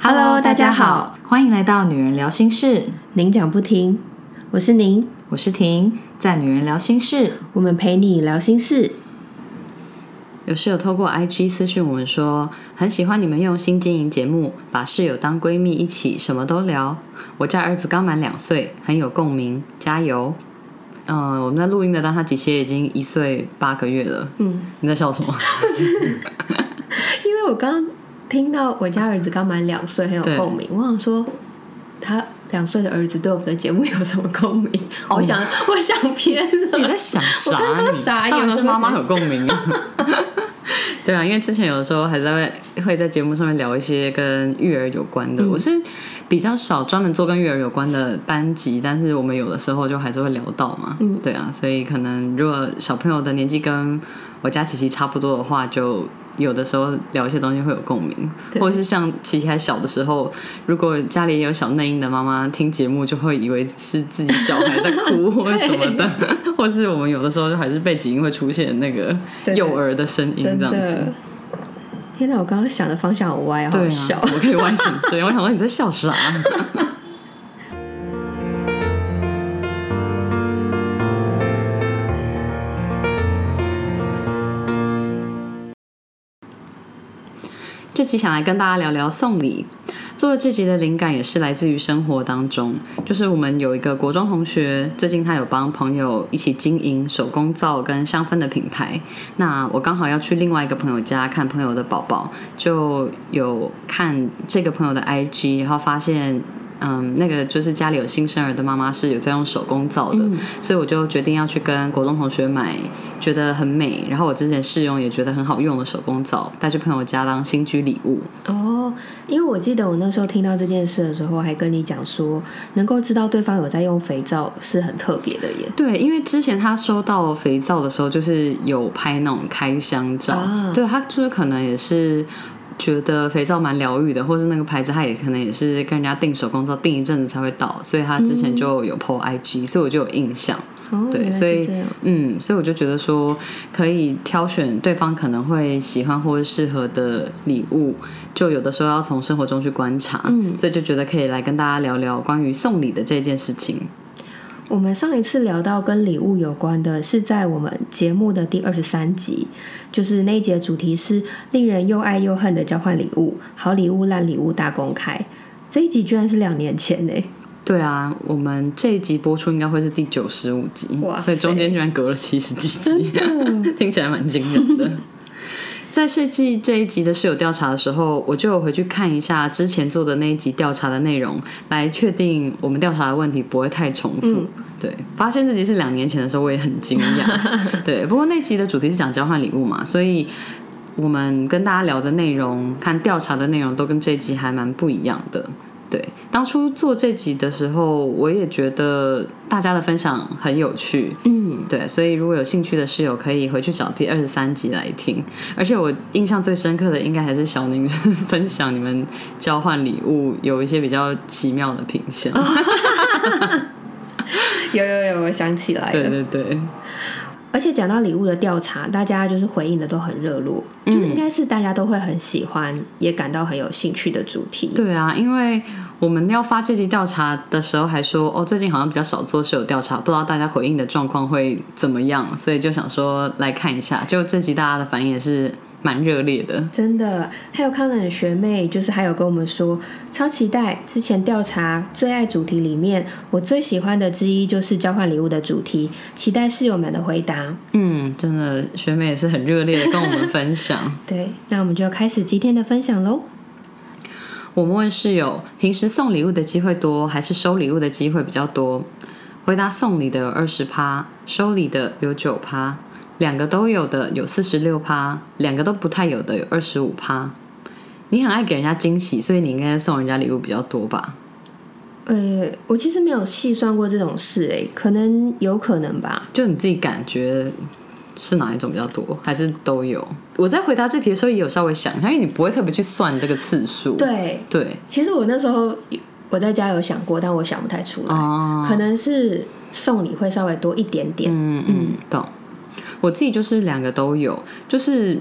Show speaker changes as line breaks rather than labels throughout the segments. Hello，大家好，
欢迎来到《女人聊心事》，
您讲不停，我是您，
我是婷，在《女人聊心事》，
我们陪你聊心事。
有室友透过 IG 私讯我们说，很喜欢你们用心经营节目，把室友当闺蜜一起什么都聊。我家儿子刚满两岁，很有共鸣，加油！嗯、我们在录音的当下，姐姐已经一岁八个月了。
嗯，
你在笑什么？
因为我刚听到我家儿子刚满两岁，很有
对
共鸣。我想说，他两岁的儿子对我们的节目有什么共鸣？我想，我想偏
你
了。
在想啥？
我刚刚
你
傻眼
当然
我
是
说
妈妈有共鸣。 对啊，因为之前有时候还在会在节目上面聊一些跟育儿有关
嗯
的，我是比较少专门做跟育儿有关的班级，但是我们有的时候就还是会聊到嘛。嗯，对啊，所以可能如果小朋友的年纪跟我家琪琪差不多的话，就。有的时候聊一些东西会有共鸣，
对
或者是像琪琪还小的时候，如果家里有小内应的妈妈听节目，就会以为是自己小孩在 哭或者什么的， 或是我们有的时候就还是背景音会出现那个
对
幼儿的声音这
真
样子
的。。天哪，我刚刚想的方向好歪，好
对
好
啊，
笑。
怎么可以歪成这样？我想说你在笑啥？啊 这集想来跟大家聊聊送礼。做这集的灵感也是来自于生活当中，就是我们有一个国中同学，最近他有帮朋友一起经营手工皂跟香氛的品牌。那我刚好要去另外一个朋友家看朋友的宝宝，就有看这个朋友的 IG，然后发现。嗯，那个就是家里有新生儿的妈妈是有在用手工皂的，所以我就决定要去跟国中同学买，觉得很美。然后我之前试用也觉得很好用的手工皂，带去朋友家当新居礼物。
哦，因为我记得我那时候听到这件事的时候，还跟你讲说，能够知道对方有在用肥皂是很特别的耶。
对，因为之前他收到肥皂的时候，就是有拍那种开箱照，
啊
对他就是可能也是。觉得肥皂蛮疗愈的，或是那个牌子，他也可能也是跟人家订手工皂订一阵子才会到，所以他之前就有 PO IG，、所以我就有印象。
嗯哦，原
对，
来
所
是
以
这样。
嗯，所以我就觉得说，可以挑选对方可能会喜欢或者适合的礼物，就有的时候要从生活中去观察，嗯，所以就觉得可以来跟大家聊聊关于送礼的这件事情。
我们上一次聊到跟礼物有关的，是在我们节目的第二十三集，就是那一节主题是令人又爱又恨的交换礼物，好礼物、烂礼物大公开。这一集居然是两年前呢、
对啊，我们这一集播出应该会是第九十五集
哇，
所以中间居然隔了七十几集， 听起来蛮惊人的。 在设计这一集的室友调查的时候，我就有回去看一下之前做的那一集调查的内容，来确定我们调查的问题不会太重复。嗯对，发现自己是两年前的时候，我也很惊 讶。对，不过那集的主题是讲交换礼物嘛，所以我们跟大家聊的内容、看调查的内容都跟这一集还蛮不一样的。对，当初做这集的时候，我也觉得大家的分享很有趣，
嗯，
对，所以如果有兴趣的室友可以回去找第二十三集来听。而且我印象最深刻的应该还是小宁分享你们交换礼物有一些比较奇妙的品相，
哦有有有，我想起来了。
对对对，
而且讲到礼物的调查，大家就是回应的都很热络，就是应该是大家都会很喜欢，也感到很有兴趣的主题。
对啊，因为我们要发这集调查的时候还说，哦，最近好像比较少做室友调查，不知道大家回应的状况会怎么样，所以就想说来看一下。就这集大家的反应也是蛮热烈的。
真的，还有看到你学妹，就是还有跟我们说，超期待之前调查最爱主题里面，我最喜欢的之一就是交换礼物的主题，期待室友们的回答。
嗯，真的，学妹也是很热烈的跟我们分享。
对，那我们就开始今天的分享喽。
我们问室友，平时送礼物的机会多还是收礼物的机会比较多？回答送礼的有二十趴，收礼的有九趴，两个都有的有四十六趴，两个都不太有的有二十五趴。你很爱给人家惊喜，所以你应该送人家礼物比较多吧？
呃，我其实没有细算过这种事、欸，诶，可能有可能吧。
就你自己感觉是哪一种比较多，还是都有？我在回答这题的时候也有稍微想一下，因为你不会特别去算这个次数。
对，
对
其实我那时候我在家有想过，但我想不太出来，
哦，
可能是送礼会稍微
嗯
多一点点。
嗯嗯，懂。我自己就是两个都有，就是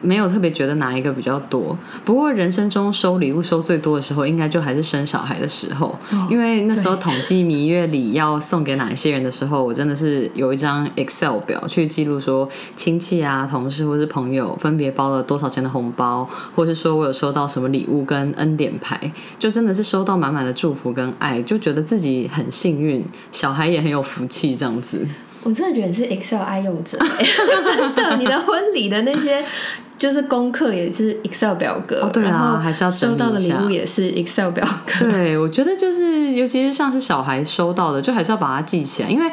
没有特别觉得哪一个比较多。不过人生中收礼物收最多的时候，应该就还是生小孩的时候，因为那时候统计蜜月礼要送给哪一些人的时候，我真的是有一张 Excel 表去记录说亲戚啊、同事或是朋友分别包了多少钱的红包，或是说我有收到什么礼物跟恩典牌，就真的是收到满满的祝福跟爱，就觉得自己很幸运，小孩也很有福气这样子。
我真的觉得你是 Excel 爱用者、欸，真的，你的婚礼的那些 就是功课也是 Excel 表格，
哦对啊
然后
还是要整理
收到的
一
礼
下
物也是 Excel 表 格。
对，我觉得就是，尤其是像是小孩收到的，就还是要把它记起来，因为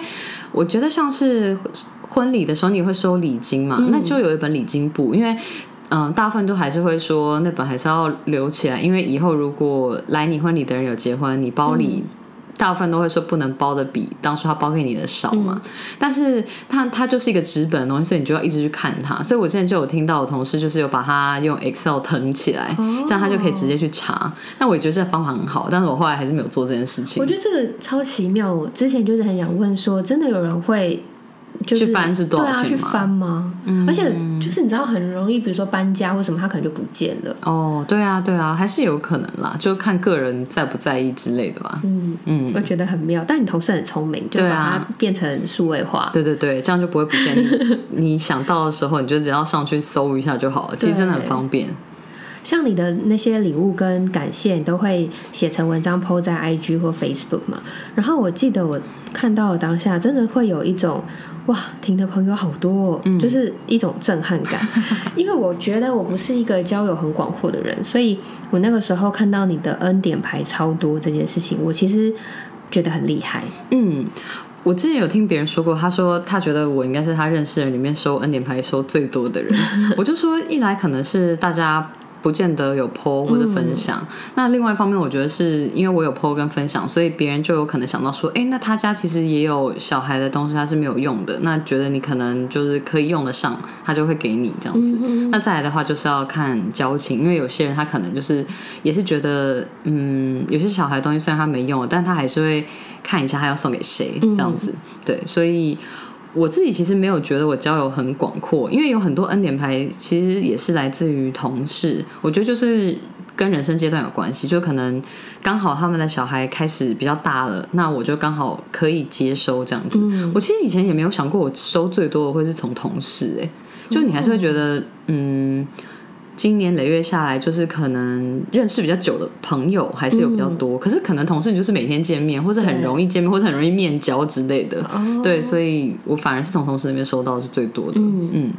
我觉得像是婚礼的时候，你会收礼金嘛，那就有一本礼金簿，因为。嗯，大部分都还是会说那本还是要留起来，因为以后如果来你婚礼的人有结婚，你包礼，大部分都会说不能包的比当初他包给你的少嘛。但是它它就是一个纸本的东西，所以你就要一直去看它。所以我之前就有听到我同事就是有把它用 Excel 腾起来，这样他就可以直接去查。那我也觉得这个方法很好，但是我后来还是没有做这件事情
我。觉得这个超奇妙。我之前就是很想问说，真的有人会就是
去翻是多少钱吗嗯
对啊，去翻吗？而且就是你知道很容易，比如说搬家或什么，它可能就不见了。
哦，对啊，对啊，还是有可能啦，就看个人在不在意之类的吧。
嗯
嗯，
我觉得很妙。但你同事很聪明，就
对
把
啊
它变成数位化。
对对对，这样就不会不见你。你 想到的时候，你就只要上去搜一下就好了，其实真的很
对
方便。
像你的那些礼物跟感谢，你都会写成文章 PO 在 IG 或 Facebook 嘛？然后我记得我看到的当下，真的会有一种哇，婷的朋友好多、哦，就是一种震撼感。因为我觉得我不是一个交友很广阔的人，所以我那个时候看到你的恩典牌超多这件事情，我其实觉得很厉害。
嗯，我之前有听别人说过，他说他觉得我应该是他认识的人里面收恩典牌收最多的人。我就说，一来可能是大家。不见得有 PO 或者分享，那另外一方面，我觉得是因为我有 PO 跟分享，所以别人就有可能想到说，诶，那他家其实也有小孩的东西，他是没有用的，那觉得你可能就是可以用得上，他就会给你这样子。那再来的话，就是要看交情，因为有些人他可能就是也是觉得，嗯，有些小孩的东西虽然他没用，但他还是会看一下他要送给谁这样子。对，所以我自己其实没有觉得我交友很广阔，因为有很多恩典牌其实也是来自于同事，我觉得就是。跟人生阶段有关系，就可能刚好他们的小孩开始比较大了，那我就刚好可以接收这样子。我其实以前也没有想过，我收最多的会是从同事、欸，就你还是会觉得，嗯，今年累月下来，就是可能认识比较久的朋友还是有比较多，可是可能同事你就是每天见面，或者很容易见面，或者很容易面交之类的。
哦
对，所以我反而是从同事那边收到的是最多的。嗯嗯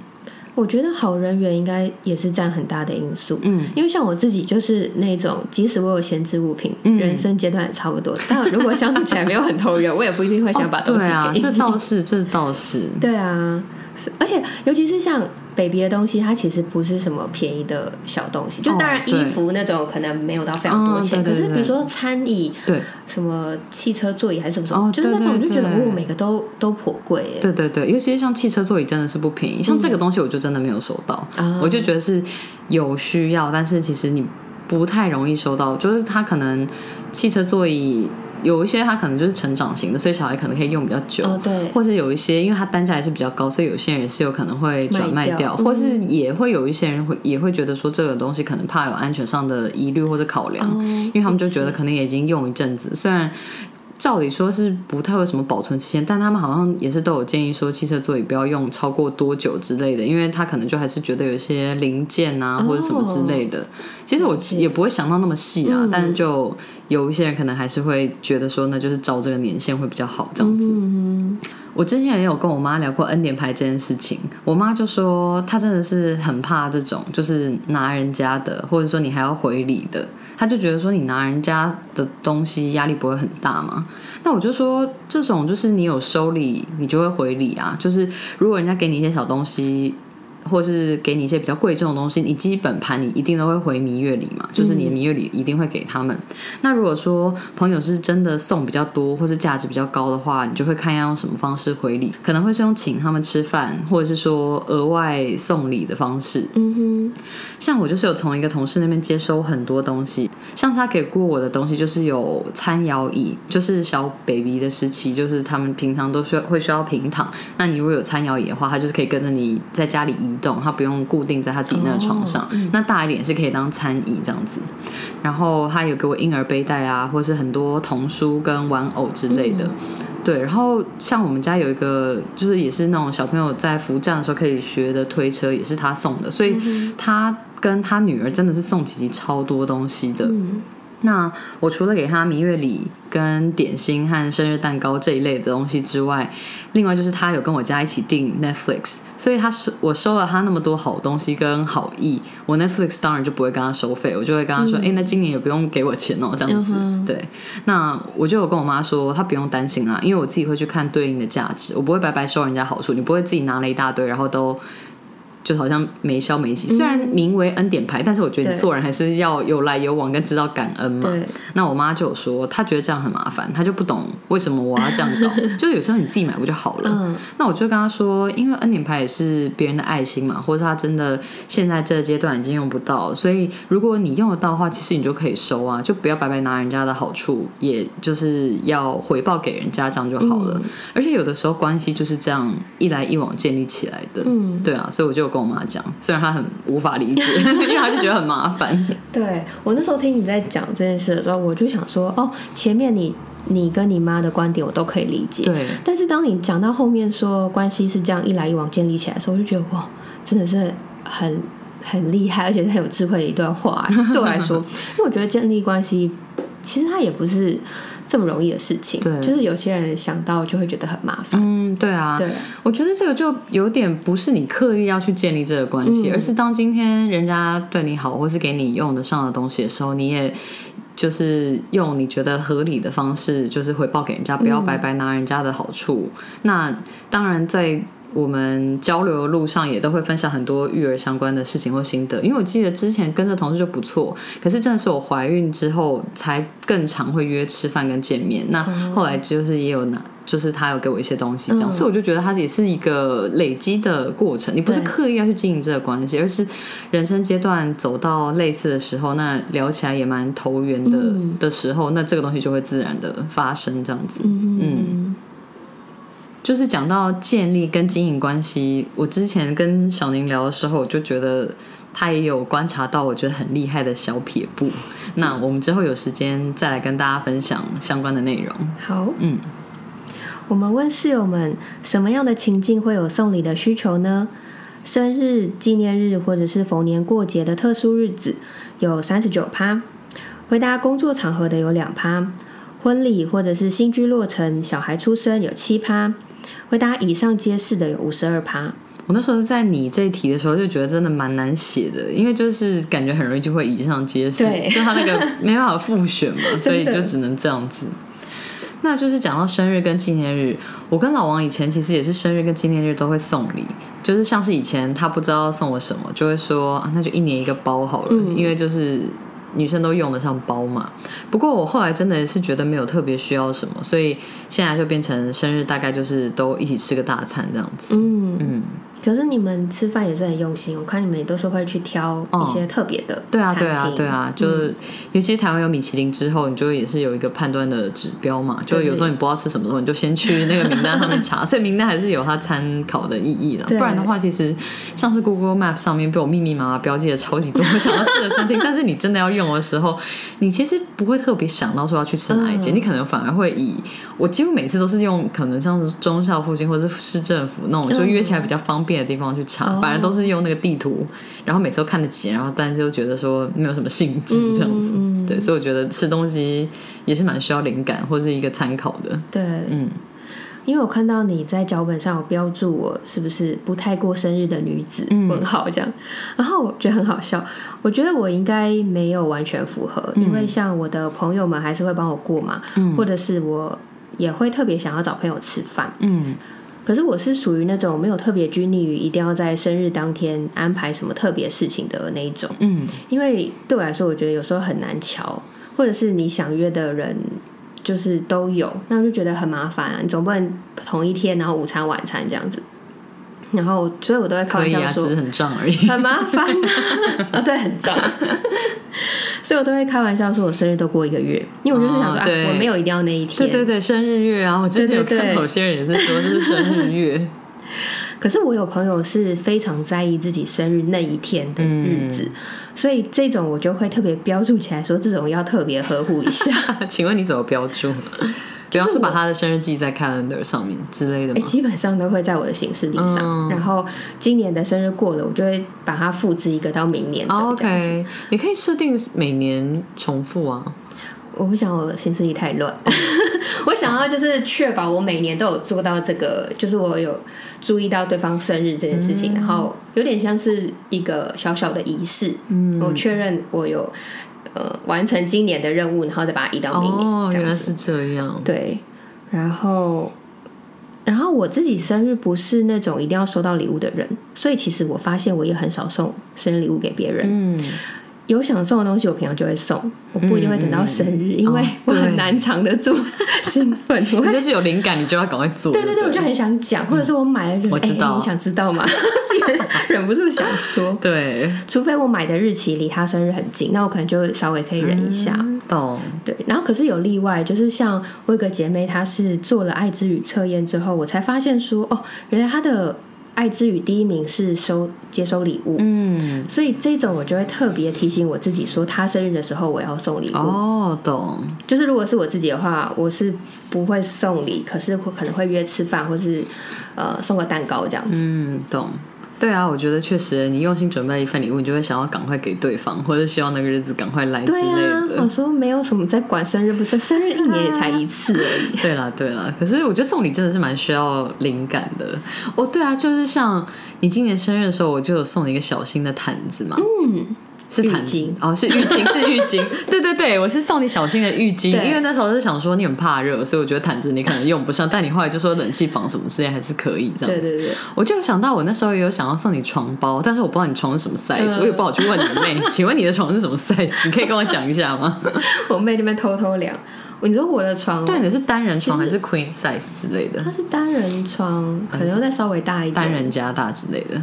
我觉得好人缘应该也是占很大的因素，
嗯，
因为像我自己就是那种，即使我有闲置物品，
嗯
人生阶段也差不多，但如果相处起来没有很投 缘，我也不一定会想把东西
对啊，
给
这
你。
倒 是，这倒是。
对啊，是而且尤其是像 baby 的东西，它其实不是什么便宜的小东西，就
哦
当然
对
衣服那种可能没有到非常多
嗯
钱，
对对
可是比如说餐椅、
对
什么汽车座椅还是什么什么，
哦
就是那种我
对对
就觉得
对
哦，每个都都颇贵耶。
对对对，尤其是像汽车座椅真的是不便宜，像这个东西我就真的没有收到，
啊
我就觉得是有需要，但是其实你不太容易收到，就是它可能汽车座椅有一些它可能就是成长型的，所以小孩可能可以用比较久。
哦，对，
或是有一些，因为它单价也是比较高，所以有些人也是有可能会转卖
卖掉
或是也会有一些人会也会觉得说这个东西可能怕有安全上的疑虑或者考量，
哦
因为他们就觉得可能也已经用一阵子，虽然。照理说是不太会有什么保存期限，但他们好像也是都有建议说汽车座椅不要用超过多久之类的，因为他可能就还是觉得有一些零件啊或者什么之类的。其实我也不会想到那么细啊，但是就有一些人可能还是会觉得说，那就是照这个年限会比较好这样子。我之前也有跟我妈聊过恩典牌这件事情，我妈就说她真的是很怕这种，就是拿人家的，或者说你还要回礼的，她就觉得说你拿人家的东西压力不会很大吗？那我就说这种就是你有收礼，你就会回礼啊，就是如果人家给你一些小东西。或是给你一些比较贵重的东西，你基本盘你一定都会回蜜月礼嘛，就是你的蜜月礼一定会给他们。那如果说朋友是真的送比较多，或是价值比较高的话，你就会看要用什么方式回礼，可能会是用请他们吃饭，或者是说额外送礼的方式。
嗯哼，
像我就是有从一个同事那边接收很多东西，像是他给过我的东西就是有餐摇椅，就是小 baby 的时期，就是他们平常都需要会需要平躺。那你如果有餐摇椅的话，他就是可以跟着你在家里移动，他不用固定在他自己那个床上。
哦
那大一点是可以当餐椅这样子。然后他有给我婴儿背带啊，或是很多童书跟玩偶之类的。对，然后像我们家有一个，就是也是那种小朋友在扶站的时候可以学的推车，也是他送的，所以他跟他女儿真的是送琪琪超多东西的。
嗯，
那我除了给他蜜月礼、跟点心和生日蛋糕这一类的东西之外，另外就是他有跟我家一起订 Netflix，所以他收我收了他那么多好东西跟好意，我 Netflix 当然就不会跟他收费，我就会跟他说，哎、那今年也不用给我钱哦，这样子。
嗯
对，那我就有跟我妈说，她不用担心啦，因为我自己会去看对应的价值，我不会白白收人家好处，你不会自己拿了一大堆，然后都。就好像没消没息，虽然名为恩典牌，但是我觉得你
嗯对
做人还是要有来有往，跟知道感恩嘛。
对，
那我妈就有说，她觉得这样很麻烦，她就不懂为什么我要这样搞， 就是有时候你自己买不就好了？
嗯
那我就跟她说，因为恩典牌也是别人的爱心嘛，或者她真的现在这个阶段已经用不到，所以如果你用得到的话，其实你就可以收啊，就不要白白拿人家的好处，也就是要回报给人家，这样就好了。而且有的时候关系就是这样一来一往建立起来的，
嗯，
对啊，所以我就有跟我妈讲，虽然她很无法理解，因为她就觉得很麻烦，
对我那时候听你在讲这件事的时候，我就想说，哦，前面你你跟你妈的观点我都可以理解，
对。
但是当你讲到后面说关系是这样一来一往建立起来的时候，我就觉得哇，真的是很很厉害，而且是很有智慧的一段话。 对我来说，因为我觉得建立关系其实它也不是这么容易的事情，
对
就是有些人想到就会觉得很麻烦。
嗯，对啊，
对，
我觉得这个就有点不是你刻意要去建立这个关系，而是当今天人家对你好，或是给你用得上的东西的时候，你也就是用你觉得合理的方式，就是回报给人家，不要白白拿人家的好处。那当然在。我们交流的路上也都会分享很多育儿相关的事情或心得，因为我记得之前跟着同事就不错，可是真的是我怀孕之后才更常会约吃饭跟见面。那后来就是也有拿，就是他有给我一些东西这样，所以我就觉得它也是一个累积的过程，你不是
对
刻意要去经营这个关系，而是人生阶段走到类似的时候，那聊起来也蛮投缘的、的时候，那这个东西就会自然的发生这样子。
嗯
就是讲到建立跟经营关系，我之前跟小宁聊的时候，我就觉得他也有观察到我觉得很厉害的小撇步。那我们之后有时间再来跟大家分享相关的内容。
好，
嗯，
我们问室友们，什么样的情境会有送礼的需求呢？生日、纪念日或者是逢年过节的特殊日子有三十九趴，回答工作场合的有两趴，婚礼或者是新居落成、小孩出生有七趴，回答以上皆是的有五十二趴。
我那时候在拟这一题的时候，就觉得真的蛮难写的，因为就是感觉很容易就会以上皆是，
对
就他那 个没办法复选嘛，所以
真的
就只能这样子。那就是讲到生日跟纪念日，我跟老王以前其实也是生日跟纪念日都会送礼，就是像是以前他不知道送我什么，就会说、啊、那就一年一个包好了，
嗯
因为就是女生都用得上包嘛。不过我后来真的是觉得没有特别需要什么，所以现在就变成生日大概就是都一起吃个大餐这样子。
嗯，
嗯，
可是你们吃饭也是很用心，我看你们也都是会去挑一些特别的
哦对啊，
餐
对啊，
厅嗯
对啊，就是、尤其是台湾有米其林之后，你就也是有一个判断的指标嘛。就
对对
有时候你不知道吃什么的时候，你就先去那个名单上面 查，所以名单还是有它参考的意义的。
对
不然的话，其实像是 Google Map 上面被我密密麻麻标记了超级多我想要吃的 餐厅，但是你真的要用的时候，你其实不会特别想到说要去吃哪一间，
嗯
你可能反而会以我几乎每次都是用可能像是中校附近或者是市政府那种就约起来比较方便的地方去查，
哦
反而都是用那个地图，然后每次都看得起，然后但是又觉得说没有什么兴致这样子，
嗯嗯
对，所以我觉得吃东西也是蛮需要灵感或是一个参考的，
对，
嗯，
因为我看到你在脚本上有标注我是不是不太过生日的女子，
嗯
问号这样，然后我觉得很好笑，我觉得我应该没有完全符合，因
嗯
为像我的朋友们还是会帮我过嘛，或者是我也会特别想要找朋友吃饭，
嗯，
可是我是属于那种没有特别拘泥于一定要在生日当天安排什么特别事情的那一种，
嗯，
因为对我来说，我觉得有时候很难瞧，或者是你想约的人就是都有，那我就觉得很麻烦啊。你总不能同一天，然后午餐晚餐这样子。然后所以我都会开
可
玩
以
笑
啊，
说
只，是很胀而已。
很麻烦啊 啊，对，很胀，所以我都会开玩笑说，我生日都过一个月，因为我就是想说，
哦
啊，
对
我没有一定要那一 天，
对对对，生日月啊，我之前有
对对
看
对
某些人也是说这是生日月，
可是我有朋友是非常在意自己生日那一天的
嗯
日子，所以这种我就会特别标注起来说，这种要特别呵护 一下。
请问你怎么标注？主要是把他的生日记在 calendar 上面之类的
哎、
吗？
基本上都会在我的行事历上。
嗯
然后今年的生日过了，我就会把它复制一个到明年的、
哦
这样子。
OK，你可以设定每年重复啊。
我不想我的行事历太乱，
嗯
我想要就是确保我每年都有做到这个，就是我有注意到对方生日这件事
嗯
情，然后有点像是一个小小的仪式，嗯，我确认我有呃完成今年的任务，然后再把它移到明年，
哦，
这
原
样
来
子
是这样。
对，然后。然后我自己生日不是那种一定要收到礼物的人，所以其实我发现我也很少送生日礼物给别人。
嗯，
有想送的东西，我平常就会送，我不一定会等到生日，因为
哦
我
对
很难藏得住兴奋。我
你
会
就是有灵感，你就要赶快做。
对对
不
对，我就很想讲，或者是我买了，就
嗯我
哎
知道
你想知道吗？ 自己忍不住想 说，
对，
除非我买的日期离他生日很近，那我可能就稍微可以忍一下。
嗯懂。
对，然后可是有例外，就是像我有个姐妹，她是做了爱之语测验之后，我才发现说，哦，原来她的爱之语第一名是收接收礼物，
嗯，
所以这种我就会特别提醒我自己说，她生日的时候我要送礼物。
哦，懂。
就是如果是我自己的话，我是不会送礼，可是会可能会约吃饭，或是呃送个蛋糕这样子。
嗯，懂。对啊，我觉得确实，你用心准备了一份礼物，你就会想要赶快给对方，或者希望那个日子赶快来之
对
类
啊，
的
我。说没有什么在管生日不 生，生日一年也才一次而 已。
对啦，对啦，可是我觉得送礼真的是蛮需要灵感的。哦，对啊，就是像你今年生日的时候，我就有送你一个小心的毯子嘛。嗯，是
浴
毯子
巾
哦，是浴巾，是浴 巾。对对对，我是送你小心的浴巾，
对
因为那时候是想说你很怕热，所以我觉得毯子你可能用不上，但你后来就说冷气房什么之类还是可以这样
对
子。
对对，
我就有想到，我那时候也有想要送你床包，但是我不知道你床是什么 size，、
嗯
我也不好去问你 妹。请问你的床是什么 size？你可以跟我讲一下 吗？
我妹那边偷偷量，你说我的床、哦，
对，你是单人床
其
还
实
是 queen size 之类的
它？是单人床，可能再稍微大一点。
单人加大之类的。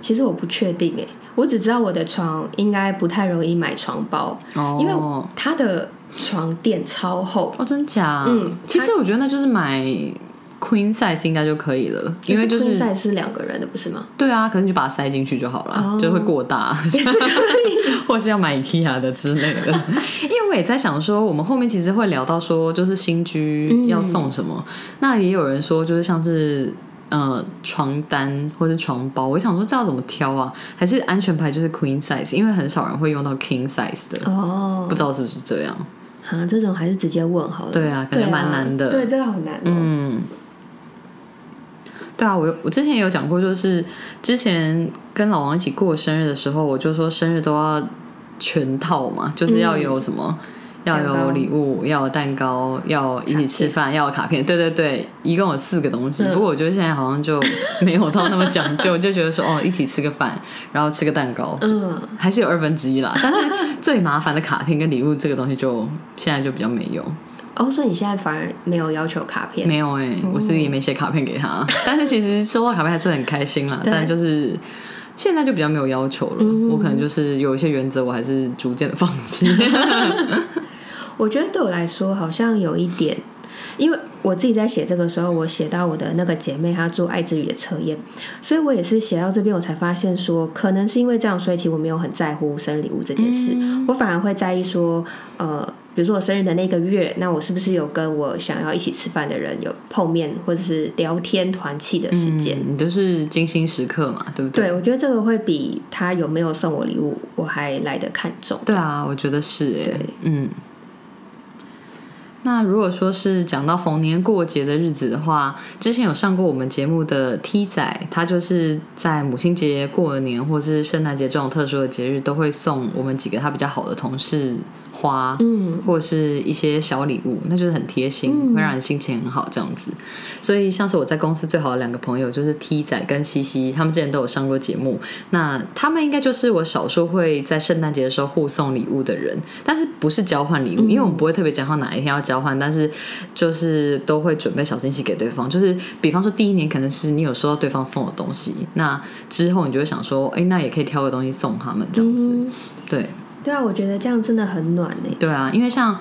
其实我不确定诶，我只知道我的床应该不太容易买床包，
哦
因为它的床垫超厚。
哦，真假？
嗯
其实我觉得那就是买 queen size 应该就可以了，因为就
可 queen
是
size 是两个人的，不是 吗？
对啊，可能就把它塞进去就好了，
哦
就会过大，
也是可以。
或是要买 IKEA 的之类 的。因为我也在想说，我们后面其实会聊到说，就是新居要送什么。
嗯
那也有人说，就是像是呃床单或是床包，我想说这要怎么挑啊？还是安全牌就是 queen size，因为很少人会用到 king size 的，
哦
不，知道是不是这样？
啊，这种还是直接问好了。
对啊感觉蛮难的
对，这个好难哦。
嗯，对啊，我有我之前也有讲过，就是之前跟老王一起过生日的时候，我就说生日都要全套嘛，就是要有什么。要
嗯蛋糕
有礼物，要有蛋糕，要一起吃饭，要有卡片，对对对，一共有四个东西。
嗯
不过我觉得现在好像就没有到那么讲究，就觉得说哦，一起吃个饭，然后吃个蛋糕，
嗯，
还是有二分之一啦。但是最麻烦的卡片跟礼物这个东西就现在就比较没有。
哦，所以你现在反而没有要求卡片，哦
没有哎、我自己也没写卡片给他， 但是其实收到卡片还是会很开心啦。
对嗯
但就是现在就比较没有要求了，我可能就是有一些原则，我还是逐渐的放 弃。
我觉得对我来说好像有一点，因为我自己在写这个时候，我写到我的那个姐妹她做爱之语的测验，所以我也是写到这边，我才发现说，可能是因为这样，所以其实我没有很在乎生日礼物这件事，
嗯
我反而会在意说，呃，比如说我生日的那个月，那我是不是有跟我想要一起吃饭的人有碰面或者是聊天团契的时间？
嗯，你就是精心时刻嘛，对不对？
对，我觉得这个会比他有没有送我礼物，我还来得看重。
对啊，我觉得是哎、
对
嗯。那如果说是讲到逢年过节的日子的话，之前有上过我们节目的 T 仔，他就是在母亲节、过年或是圣诞节这种特殊的节日，都会送我们几个他比较好的同事花，
嗯，
或者是一些小礼物，那就是很贴心，会让人心情很好这样子。所以像是我在公司最好的两个朋友就是 T 仔跟西西，他们之前都有上过节目，那他们应该就是我少数会在圣诞节的时候互送礼物的人，但是不是交换礼物，因为我们不会特别讲好哪一天要交换，但是就是都会准备小惊喜给对方。就是比方说第一年可能是你有收到对方送的东西，那之后你就会想说，哎、那也可以挑个东西送他们这样子。
嗯，
对
对啊，我觉得这样真的很暖欸呢。
对啊，因为像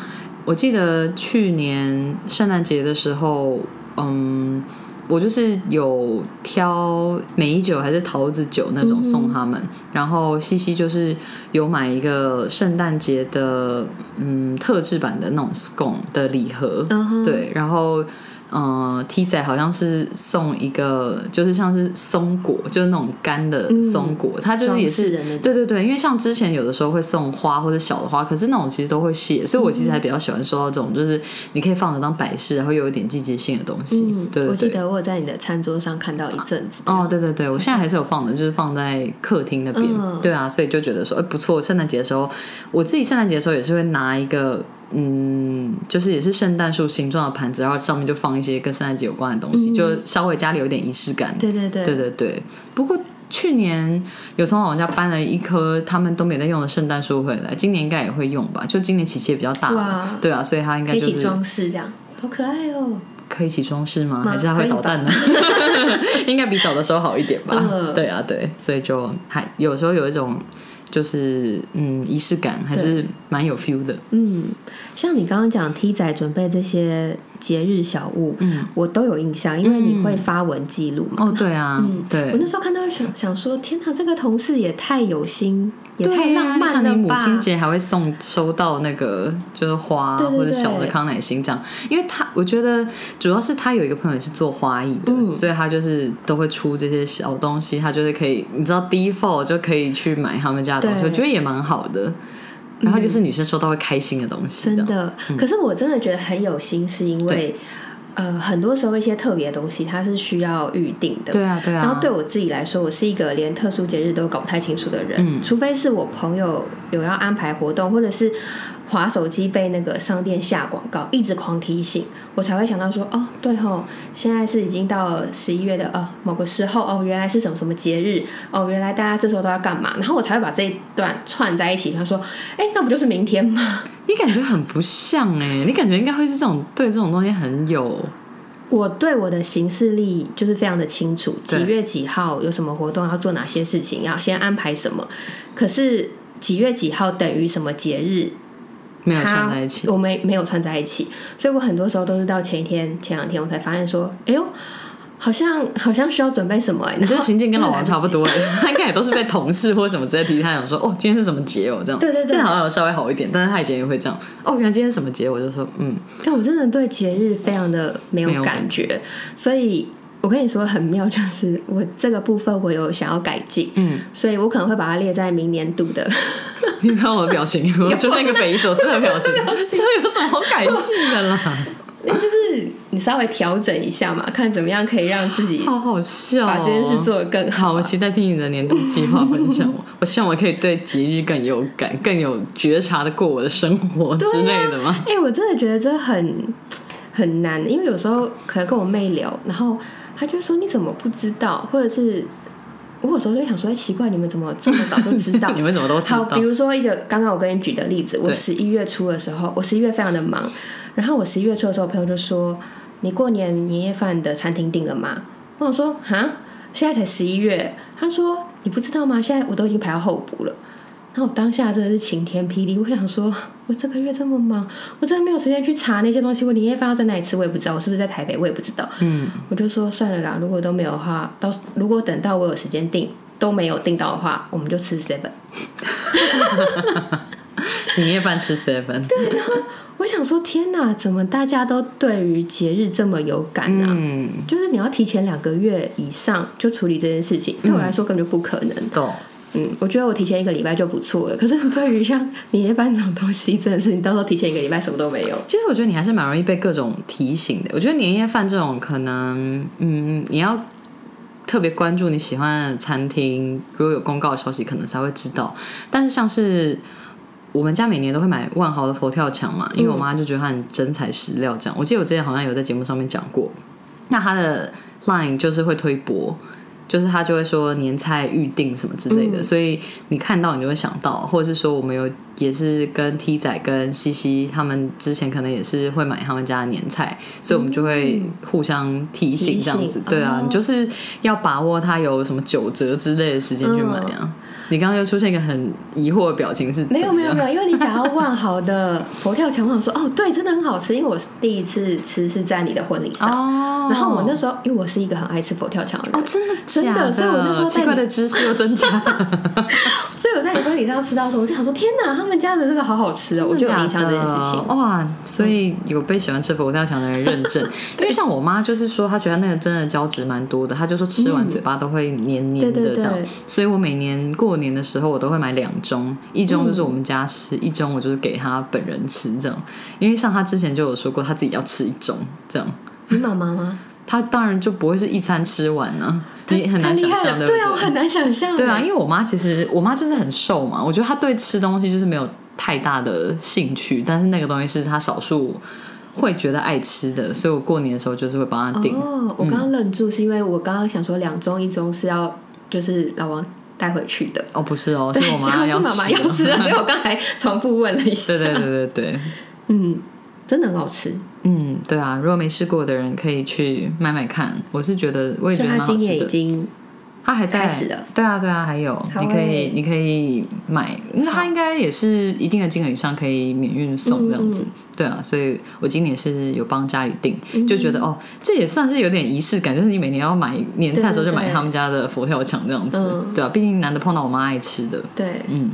我记得去年圣诞节的时候，嗯。我就是有挑美酒还是桃子酒那种送他们，然后西西就是有买一个圣诞节的嗯特制版的那种 scone 的礼盒，
嗯哼，
对，然后呃，T 仔好像是送一个，就是像是松果，就是那种干的松果，它就是也
嗯装饰
是
的那种
对对对，因为像之前有的时候会送花或者小的花，可是那种其实都会谢，所以我其
嗯
实还比较喜欢收到这种，就是你可以放着当摆饰，然后又有一点季节性的东西，
嗯，
对
我
对
记
对。
得我有在你的餐桌上看到一阵子。
哦，对对对，我现在还是有放的，就是放在客厅那边。
嗯
对啊，所以就觉得说，哎、不错。圣诞节的时候，我自己圣诞节的时候也是会拿一个，嗯，就是也是圣诞树形状的盘子，然后上面就放一些跟圣诞节有关的东
嗯
西，就稍微家里有点仪式感。
对对对
对对对。不过去年有从老人家搬了一棵他们都没在用的圣诞树回来，今年应该也会用吧？就今年起气也比较大
哇
了，对啊，所以它应该
可以一
就
起
是
装饰这样，好可爱哦。
可以起装饰吗？
吗
还是它会捣蛋呢？ 应该比小的时候好一点吧。
嗯
对啊，对，所以就还有时候有一种就是嗯仪式感，还是蛮有 feel 的。
嗯，像你刚刚讲 T 仔准备这些节日小物，
嗯，
我都有印象，因为你会发文记录嘛。
哦，对啊，
我
对。
那时候看到就想想说，天哪，这个同事也太有心，也
对啊
太浪漫
像你
了
母
吧！
亲节还会送收到那个就是花
对对
或者
对
小的康乃馨这样，因为他我觉得主要是他有一个朋友也是做花艺的，
嗯
所以他就是都会出这些小东西，他就是可以你知道 default 就可以去买他们家的东西，
对嗯
我觉得也蛮好的。然后就是女生收到会开心的东西，
真
这样嗯
的，可是我真的觉得很有心，是因为呃，很多时候一些特别的东西它是需要预定的。
对啊对啊。
然后对我自己来说，我是一个连特殊节日都搞不太清楚的人，
嗯
除非是我朋友有要安排活动，或者是划手机被那个商店下广告，一直狂提醒，我才会想到说，哦，对吼，现在是已经到了十一月的哦某个时候，哦，原来是什么什么节日，哦，原来大家这时候都要干嘛，然后我才会把这一段串在一起，他说，哎，那不就是明天吗？
你感觉很不像哎、你感觉应该会是这种对这种东西很有
我对我的行事历就是非常的清楚，
对
几月几号有什么活动，要做哪些事情，要先安排什么。可是几月几号等于什么节日，
没有
它
串在一起，
我没没有串在一起，所以我很多时候都是到前一天、前两天我才发现说，哎呦，好像好像需要准备什么、欸。
你这行径跟老王
王
差不。
就来及
多欸，他应该也都是被同事或什么直接提醒他想说，哦，今天是什么节哦，这样。
对对对
现在好像有稍微好一点，但是他以前也会这样，哦，原来今天是什么节，我就说，嗯，
但哎我真的对节日非常的没
没
有
有
感觉，所以我跟你说很妙，就是我这个部分我有想要改进，
嗯，
所以我可能会把它列在明年度的。
你看我的表 情，
啊
我出现一个匪夷所思的表情，这有什么好改进 的啦？
那就是你稍微调整一下嘛，看怎么样可以让自己
好好笑、哦，
把这件事做得更
好，
好。啊
我期待听你的年度计划分享。 我希望我可以对节日更有感，更有觉察的过我的生活之类的吗？
哎、我真的觉得这很很难，因为有时候可能跟我妹聊，然后她就说你怎么不知道，或者是
？
我有时候就会想说，哎奇怪，你们怎么这么早就知道
你们怎么都知
好，
道？
比如说一个刚刚我跟你举的例子，我
对
十一月初的时候，我十一月非常的忙，然后我十一月初的时候，我朋友就说：“你过年年夜饭的餐厅订了吗？”我想说：“哈，现在才十一月。”他说：“你不知道吗？现在我都已经排到候补了。”然后我当下真的是晴天霹雳，我想说，我这个月这么忙，我真的没有时间去查那些东西。我年夜饭要在哪里吃，我也不知道；我是不是在台北，我也不知道。
嗯，
我就说算了啦，如果都没有的话，到如果等到我有时间订都没有订到的话，我们就吃 seven。
年夜饭吃 seven，
啊我想说，天哪，怎么大家都对于节日这么有感啊？
嗯，
就是你要提前两个月以上就处理这件事情，对我来说根本就不可能。
懂。
嗯我觉得我提前一个礼拜就不错了。可是对于像年夜饭这种东西，真的是你到时候提前一个礼拜什么都没有。
其实我觉得你还是蛮容易被各种提醒的。我觉得年夜饭这种可能，嗯，你要特别关注你喜欢的餐厅，如果有公告消息，可能才会知道。但是像是我们家每年都会买万豪的佛跳墙
嗯
嘛，因为我妈就觉得它很真材实料这样。我记得我之前好像有在节目上面讲过，那它的 line 就是会推播，就是他就会说年菜预定什么之类的，
嗯
所以你看到你就会想到，或者是说我们有也是跟 T 仔跟西西他们之前可能也是会买他们家的年菜，所以我们就会互相提醒这样
嗯提
子。
醒哦
对啊，你就是要把握它有什么九折之类的时间去买啊。你刚刚又出现一个很疑惑的表情是怎
没有没有
样
没有，因为你讲到万豪的佛跳墙，我想说哦，对，真的很好吃，因为我第一次吃是在你的婚礼上，
哦，
然后我那时候因为我是一个很爱吃佛跳墙的人，
哦真的
真的
假的，
所以我那时候在
奇怪
你
的知识又增加了。
所以我在你婚礼上吃到的时候，我就想说天哪，他们家的这个好好吃哦，我就有印象这件事情。嗯
哇，所以有被喜欢吃佛跳墙的人认 证，因为像我妈就是说，她觉得那个真的胶质蛮多的，她就说吃完嘴巴都会黏黏
嗯对对
的
对
这样。所以我每年过年的时候，我都会买两盅，一盅
嗯
就是我们家吃，一盅我就是给她本人吃这样。因为像她之前就有说过，她自己要吃一盅这样，
你妈妈吗？
她当然就不会是一餐吃完呢、你很
太
难
厉
想
害
象
了，
不
对啊，我很难想象。
对啊，，因为我妈其实我妈就是很瘦嘛，我觉得她对吃东西就是没有太大的兴趣，但是那个东西是她少数会觉得爱吃的，所以我过年的时候就是会帮她订。
哦，我刚刚愣住是因为我刚刚想说两盅一盅是要就是老王带回去的，
哦，不是哦，
对，
我
结
妈
果是
要
妈妈要吃
吃
的，
的。
所以我刚才重复问了一 下。
对对对对对，
嗯，真的很好吃，
嗯，对啊，如果没试过的人可以去买买看，我是觉得我也
所
觉得
以他
蛮好
今年
吃
已
的。
经
它还在
开始了，
对啊对啊，还有
好
你可以
欸
你可以买，那它应该也是一定的金额以上可以免运送这样子，对啊，所以我今年是有帮家里订，就觉得哦，这也算是有点仪式感，就是你每年要买年菜的时候
对对
就买
对
他们家的佛跳墙这样子
嗯，
对啊，毕竟难得碰到我妈爱吃的，
对，
嗯。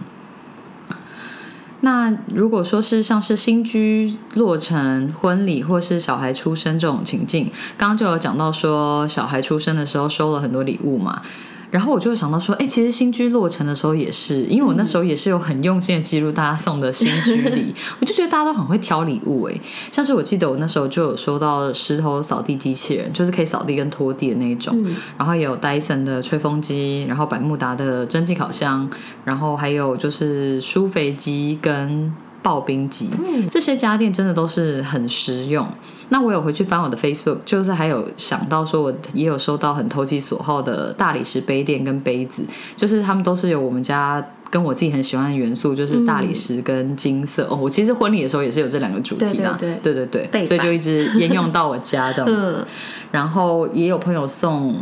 那如果说是像是新居落成、婚礼或是小孩出生这种情境，刚刚就有讲到说小孩出生的时候收了很多礼物嘛。然后我就会想到说，哎、其实新居落成的时候也是，因为我那时候也是有很用心的记录大家送的新居礼，我就觉得大家都很会挑礼物哎、像是我记得我那时候就有收到石头扫地机器人，就是可以扫地跟拖地的那一种，然后也有戴森的吹风机，然后百慕达的蒸汽烤箱，然后还有就是舒肥机跟刨冰机，
嗯
这些家电真的都是很实用。那我有回去翻我的 Facebook，就是还有想到说，我也有收到很投其所好的大理石杯垫跟杯子，就是他们都是有我们家跟我自己很喜欢的元素，就是大理石跟金色。哦，我其实婚礼的时候也是有这两个主题的啊，
嗯对
对对
背板
所以就一直沿用到我家这样子。
嗯，
然后也有朋友送，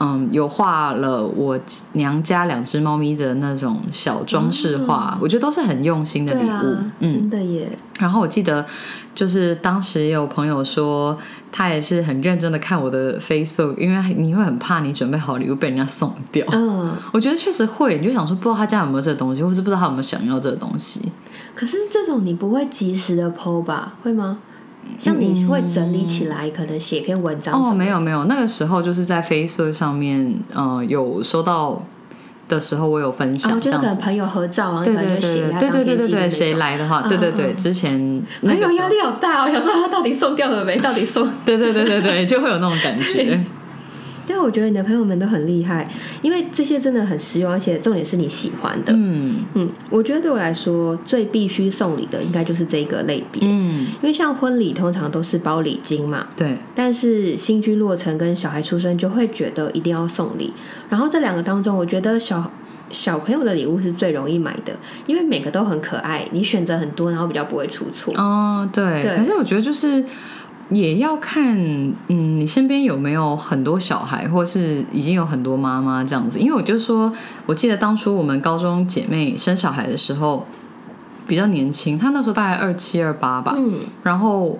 嗯，有画了我娘家两只猫咪的那种小装饰画，我觉得都是很用心的礼
嗯对
物。
啊，
嗯，
真的耶，
然后我记得就是当时也有朋友说，他也是很认真的看我的 Facebook，因为你会很怕你准备好礼物被人家送 掉。
嗯，
我觉得确实会，你就想说不知道他家有没有这个东西，或是不知道他有没有想要这个东西。
可是这种你不会及时的剖吧？会吗？像你会整理起来，可能写篇文章什
哦，
么
没有没有，那个时候就是在 Facebook 上面，呃，有收到的时候我有分
的，
享，
哦，
这
就
样
是可
子
能朋友合照，然后
对
你可
对
能
对
就写一下
对
当
对对
天
对
记录
对，
那
谁
种。嗯
来的话，对对对，之前那
朋
个
友
时
压
候，
力好大哦，我想说他到底送掉了没？到底 送
对对对对对，就会有那种感 觉。
但我觉得你的朋友们都很厉害，因为这些真的很实用，而且重点是你喜欢的。
嗯
嗯，我觉得对我来说最必须送礼的应该就是这个类别，
嗯，
因为像婚礼通常都是包礼金嘛，
对，
但是新居落成跟小孩出生就会觉得一定要送礼。然后这两个当中，我觉得小小朋友的礼物是最容易买的，因为每个都很可爱，你选择很多，然后比较不会出错。
哦，对，
对
可是我觉得就是也要看，嗯，你身边有没有很多小孩，或是已经有很多妈妈这样子。因为我就说，我记得当初我们高中姐妹生小孩的时候比较年轻，她那时候大概二七二八吧，
嗯，
然后。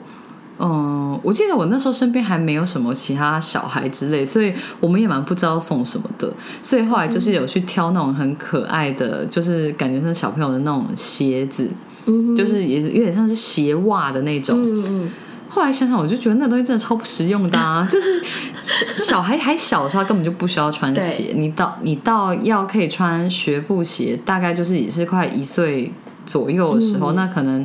嗯，我记得我那时候身边还没有什么其他小孩之类，所以我们也蛮不知道送什么的。所以后来
嗯
就是有去挑那种很可爱的，就是感觉像小朋友的那种鞋子，
嗯
就是也有点像是鞋袜的那种。
嗯嗯，
后来想想，我就觉得那东西真的超不实用的 啊！就是小小孩还小的时候，他根本就不需要穿鞋。你到你到要可以穿学步鞋，大概就是也是快一岁左右的
嗯
时候，那可能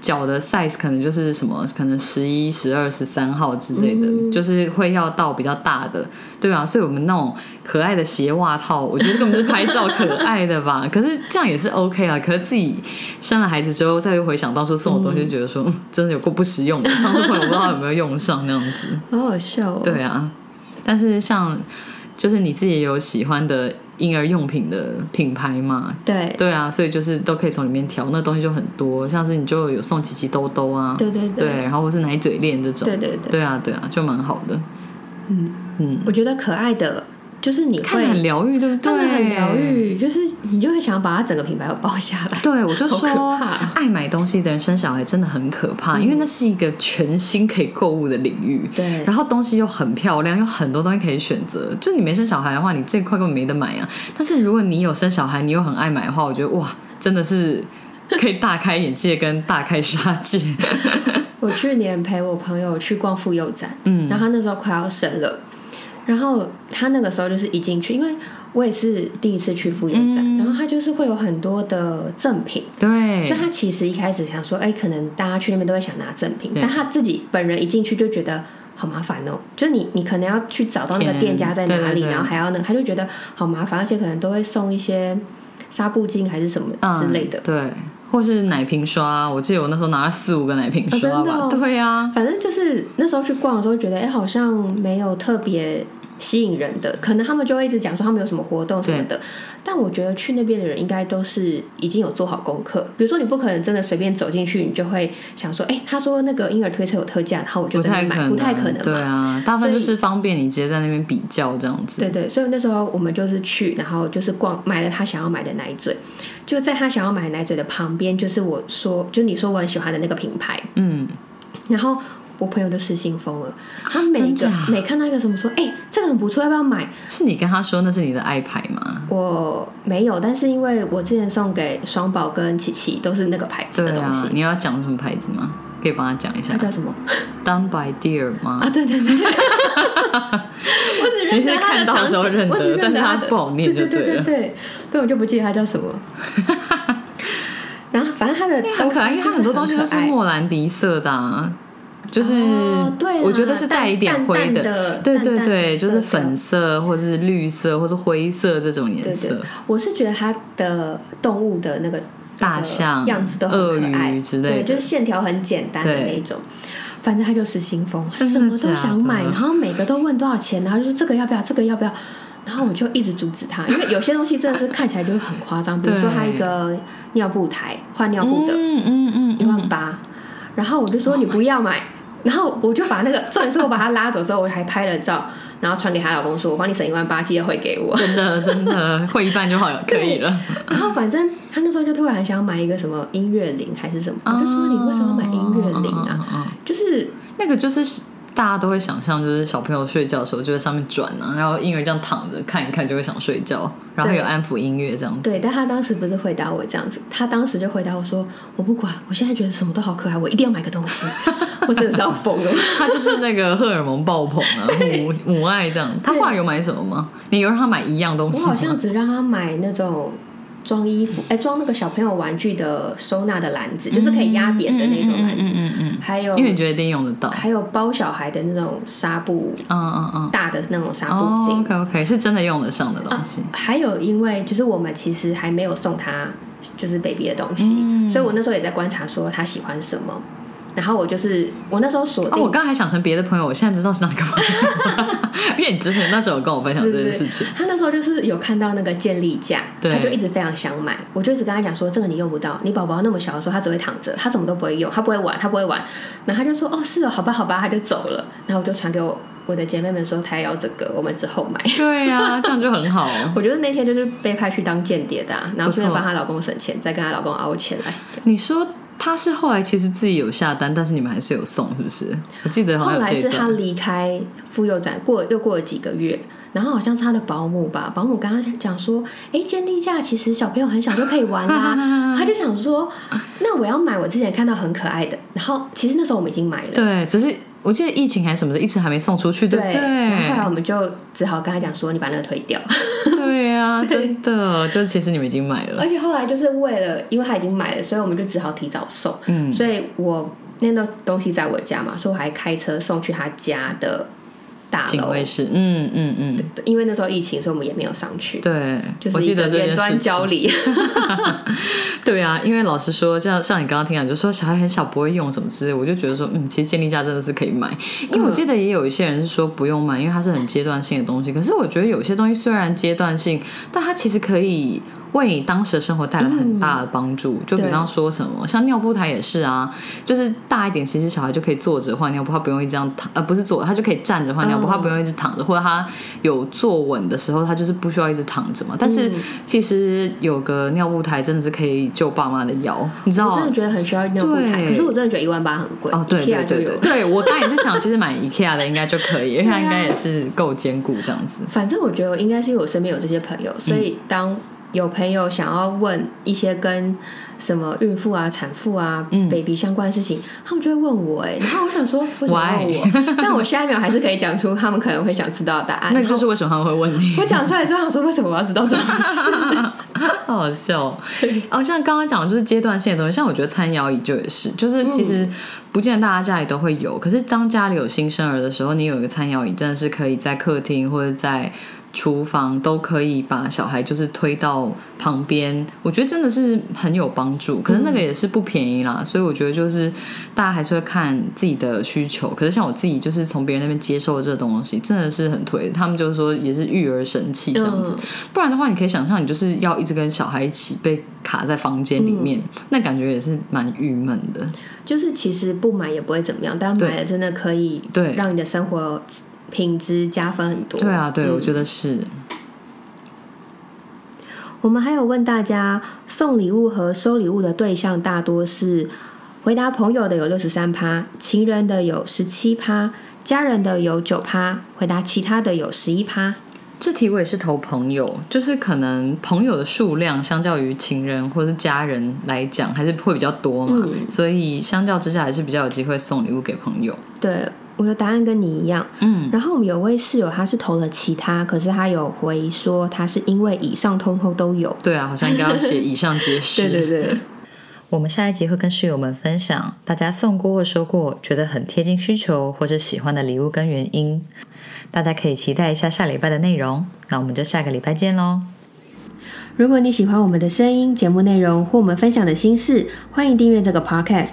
脚的 size 可能就是什么，可能十一、十二、十三号之类的，
嗯
就是会要到比较大的，对啊，所以我们那种可爱的鞋袜套，我觉得根本就是拍照可爱的吧。可是这样也是 OK 啊。可是自己生了孩子之后，再回想当初送的东西，就觉得说、嗯真的有够不实用的，当初朋友不知道有没有用上那样子。
好好 笑哦。
对啊，但是像就是你自己有喜欢的婴儿用品的品牌嘛？
对
对啊，所以就是都可以从里面挑，那东西就很多，像是你就有送奇奇兜兜啊，
对对
对，
对
然后或是奶嘴链这种，
对对对，
对啊对啊，就蛮好的，
嗯，
嗯，
我觉得可爱的就是你
看
会
得很疗愈，对不对？
真的很疗。愈，就是你就会想把它整个品牌都包下来。
对，我就
好可
说
怕，嗯
爱买东西的人生小孩真的很可怕，因为那是一个全新可以购物的领域。
对
然后东西又很漂亮，有很多东西可以选择。就你没生小孩的话，你这块根本没得买啊。但是如果你有生小孩，你又很爱买的话，我觉得哇，真的是可以大开眼界跟大开杀 戒。
我去年陪我朋友去逛妇幼展，
嗯
然后他那时候快要生了，然后他那个时候就是一进去，因为我也是第一次去妇幼展，
嗯
然后他就是会有很多的赠品。所以
对，
他其实一开始想说，哎、可能大家去那边都会想拿赠品，
对
但他自己本人一进去就觉得好麻烦哦、就是你你可能要去找到那个
天
店家在哪里，
对对对
然后还要那个，他就觉得好麻烦，而且可能都会送一些纱布巾还是什么之类的，
嗯、对，或是奶瓶刷，我记得我那时候拿了四五个奶瓶刷
哦真的
吧。
哦
对啊，
反正就是那时候去逛的时候，觉得哎、诶好像没有特别吸引人的，可能他们就会一直讲说他们有什么活动什么的。但我觉得去那边的人应该都是已经有做好功课，比如说你不可能真的随便走进去，你就会想说，哎、他说那个婴儿推车有特价，然后我就
不
在那
太
边
可
买，
能，
不太可能
对
嘛。
啊，大部分
所
就
以
是方便你直接在那边比较这样子。
对对，所以那时候我们就是去，然后就是逛，买了他想要买的奶嘴，就在他想要买的奶嘴的旁边，就是我说，就你说我很喜欢的那个品牌，
嗯，
然后我朋友就失心疯了，他每
真
个
假
每看到一个什么说，哎、这个很不错，要不要买？
是你跟他说那是你的爱牌吗？
我没有，但是因为我之前送给双宝跟琪琪都是那个牌子
对
的东
啊
西，，
你要讲什么牌子吗？可以帮他讲一下
它叫什么
，Done by Dear 吗？
啊？对对对， 我只
你
认
是
得它
看
的
到
场
的时候认得
景，我只认得它
但是它
的，
不好念就
对对
对
对
了
对对，根本就不记得它叫什么。然后反正它的
因为哎很可爱，因为它
就是
很多东西都
可
是
爱
莫兰迪色的、啊，就是、
哦对啦
我觉得是带一点灰
淡淡的
对对
淡淡的
对，就
色
是
调
粉色或是绿色或是灰色这种颜
对
色，
对，我是觉得它的动物的那个
大象
那个样子都很可
鳄
爱
鱼之类的
对，就是线条很简单的
对
那一种。反正他就失心疯，
真的
什么都想买，
假的
然后每个都问多少钱，然后就说这个要不要，这个要不要，然后我就一直阻止他，因为有些东西真的是看起来就是很夸张，比如 说
对
他一个尿布台换尿布的啊
嗯嗯嗯
一万八，然后我就说你不要买，然后我就把那个，重点是我把他拉走之后，我还拍了照，然后传给她老公说，我帮你省一万八，记得汇给我。
真的真的 会一半就好可以了，
然后反正他那时候就突然想买一个什么音乐铃还是什么，我就说
哦
你为什么要买音乐铃
嗯
啊？
嗯嗯嗯
就是
那个就是大家都会想象，就是小朋友睡觉的时候就在上面转啊，然后婴儿这样躺着看一看就会想睡觉，然后
对
有安抚音乐这样子。
对，但他当时不是回答我这样子，他当时就回答我说我不管，我现在觉得什么都好可爱，我一定要买个东 西，我真的是要疯了。
他就是那个荷尔蒙爆棚 啊，母母爱这样。他后来有买什么吗？你有让他买一样东
我
西吗？
好像只让他买那种。装衣服， 嗯哎，装那个小朋友玩具的收纳的篮子，就是可以压扁的那种篮子，
嗯嗯嗯，
还有
嗯因为你觉得一定用得到。
还有包小孩的那种纱布，
嗯嗯嗯。
大的那种纱布
哦
巾，
，OK OK，是真的用得上的东西。
还有，因为就是我们其实还没有送他就是 baby 的东西，
嗯
所以我那时候也在观察说他喜欢什么。然后我就是我那时候锁
哦，
定，
我刚刚还想成别的朋友，我现在知道是哪个朋 友，因为你之前那时候有跟我分享这件事情。
他那时候就是有看到那个健力架，
对
他就一直非常想买。我就一直跟他讲说，这个你用不到，你宝宝那么小的时候，他只会躺着，他什么都不会用，他不会玩，他不会玩。然后他就说，哦，是哦，好吧，好吧，他就走了。然后我就传给我我的姐妹们说，他要这个，我们之后买。
对呀、这样就很好。
我觉得那天就是被派去当间谍的啊、然后顺
不错
便帮她老公省钱，再跟她老公凹钱来。
你说他是后来其实自己有下单，但是你们还是有送，是不是？我记得好
后
像
来
有这
是
一
他
段。
离开妇幼展，过又过了几个月，然后好像是他的保姆吧，保姆跟他讲说，哎，建立架其实小朋友很小就可以 玩啦，他就想说，那我要买我之前看到很可爱的，然后其实那时候我们已经买了。
对，只是我记得疫情还是什么的，一直还没送出去，对不
然后后来我
对？
们就只好跟他讲说，你把那个推掉。
对呀、对啊，真的，就是其实你们已经买了
而，且后来就是为了，因为他已经买了，所以我们就只好提早送。嗯，所以我那个东西在我家嘛，所以我还开车送去他家的大
警
楼。
卫室，嗯嗯嗯，
因为那时候疫情，所以我们也没有上去，
对，
就是
我
一
记
个
得这件
远端
事情。
交流。
对啊，因为老实说，像像你刚刚听讲，就说小孩很小不会用什么之类，我就觉得说，嗯，其实建立价真的是可以买。因为我记得也有一些人是说不用买，因为它是很阶段性的东西。可是我觉得有些东西虽然阶段性，但它其实可以为你当时的生活带来很大的帮助。就比
对
方说什么，像尿布台也是啊，就是大一点，其实小孩就可以坐着换尿布，他不用一直这样躺，呃，不是坐，他就可以站着换尿布，
嗯
他不用一直躺着，或者他有坐稳的时候，他就是不需要一直躺着嘛。但是
嗯
其实有个尿布台真的是可以救爸妈的腰，你知道
我真的觉得很需要尿布台，
对
可是我真的觉得一万八很贵，
哦，对对
IKEA 就
对
有啊
对，对我刚才也是想，其实买 IKEA 的应该就可以，因为它应该也是够坚固这样子。
反正我觉得应该是因为我身边有这些朋友，所
嗯
以当有朋友想要问一些跟什么孕妇啊、产妇啊、baby
嗯
相关的事情，他们就会问我哎、然后我想说为什么问 我？ 但我下一秒还是可以讲出他们可能会想知道的答案。
那就是为什么他们会问你
然后，我讲出来之后，想说为什么我要知道这种 事？
好好笑哦。哦，像刚刚讲的就是阶段性的东西，像我觉得餐摇椅就也是，就是其实不见得大家家里都会有，可是当家里有新生儿的时候，你有一个餐摇椅，真的是可以在客厅或者在。厨房都可以把小孩就是推到旁边，我觉得真的是很有帮助。可是那个也是不便宜啦，所以我觉得就是大家还是会看自己的需求。可是像我自己就是从别人那边接受的这个东西，真的是很推。他们就是说也是育儿神器这样子。
嗯，
不然的话，你可以想象，你就是要一直跟小孩一起被卡在房间里面，
嗯
那感觉也是蛮郁闷的。
就是其实不买也不会怎么样，但买了真的可以
对
让你的生活品质加分很多。
对啊，对，
嗯
我觉得是。
我们还有问大家，送礼物和收礼物的对象大多是回答朋友的有六十三趴，情人的有十七趴，家人的有九趴，回答其他的有十一趴。
这题我也是投朋友，就是可能朋友的数量相较于情人或是家人来讲，还是会比较多嘛，
嗯
所以相较之下还是比较有机会送礼物给朋友。
对，我的答案跟你一样。
嗯，
然后我们有位室友，他是投了其他，可是他有回说他是因为以上通通都有。
对啊，好像应该要写以上皆是。
对对对，
我们下一集会跟室友们分享大家送过或收过觉得很贴近需求或者喜欢的礼物跟原因，大家可以期待一下下礼拜的内容。那我们就下个礼拜见喽。
如果你喜欢我们的声音、节目内容或我们分享的心事，欢迎订阅这个 podcast。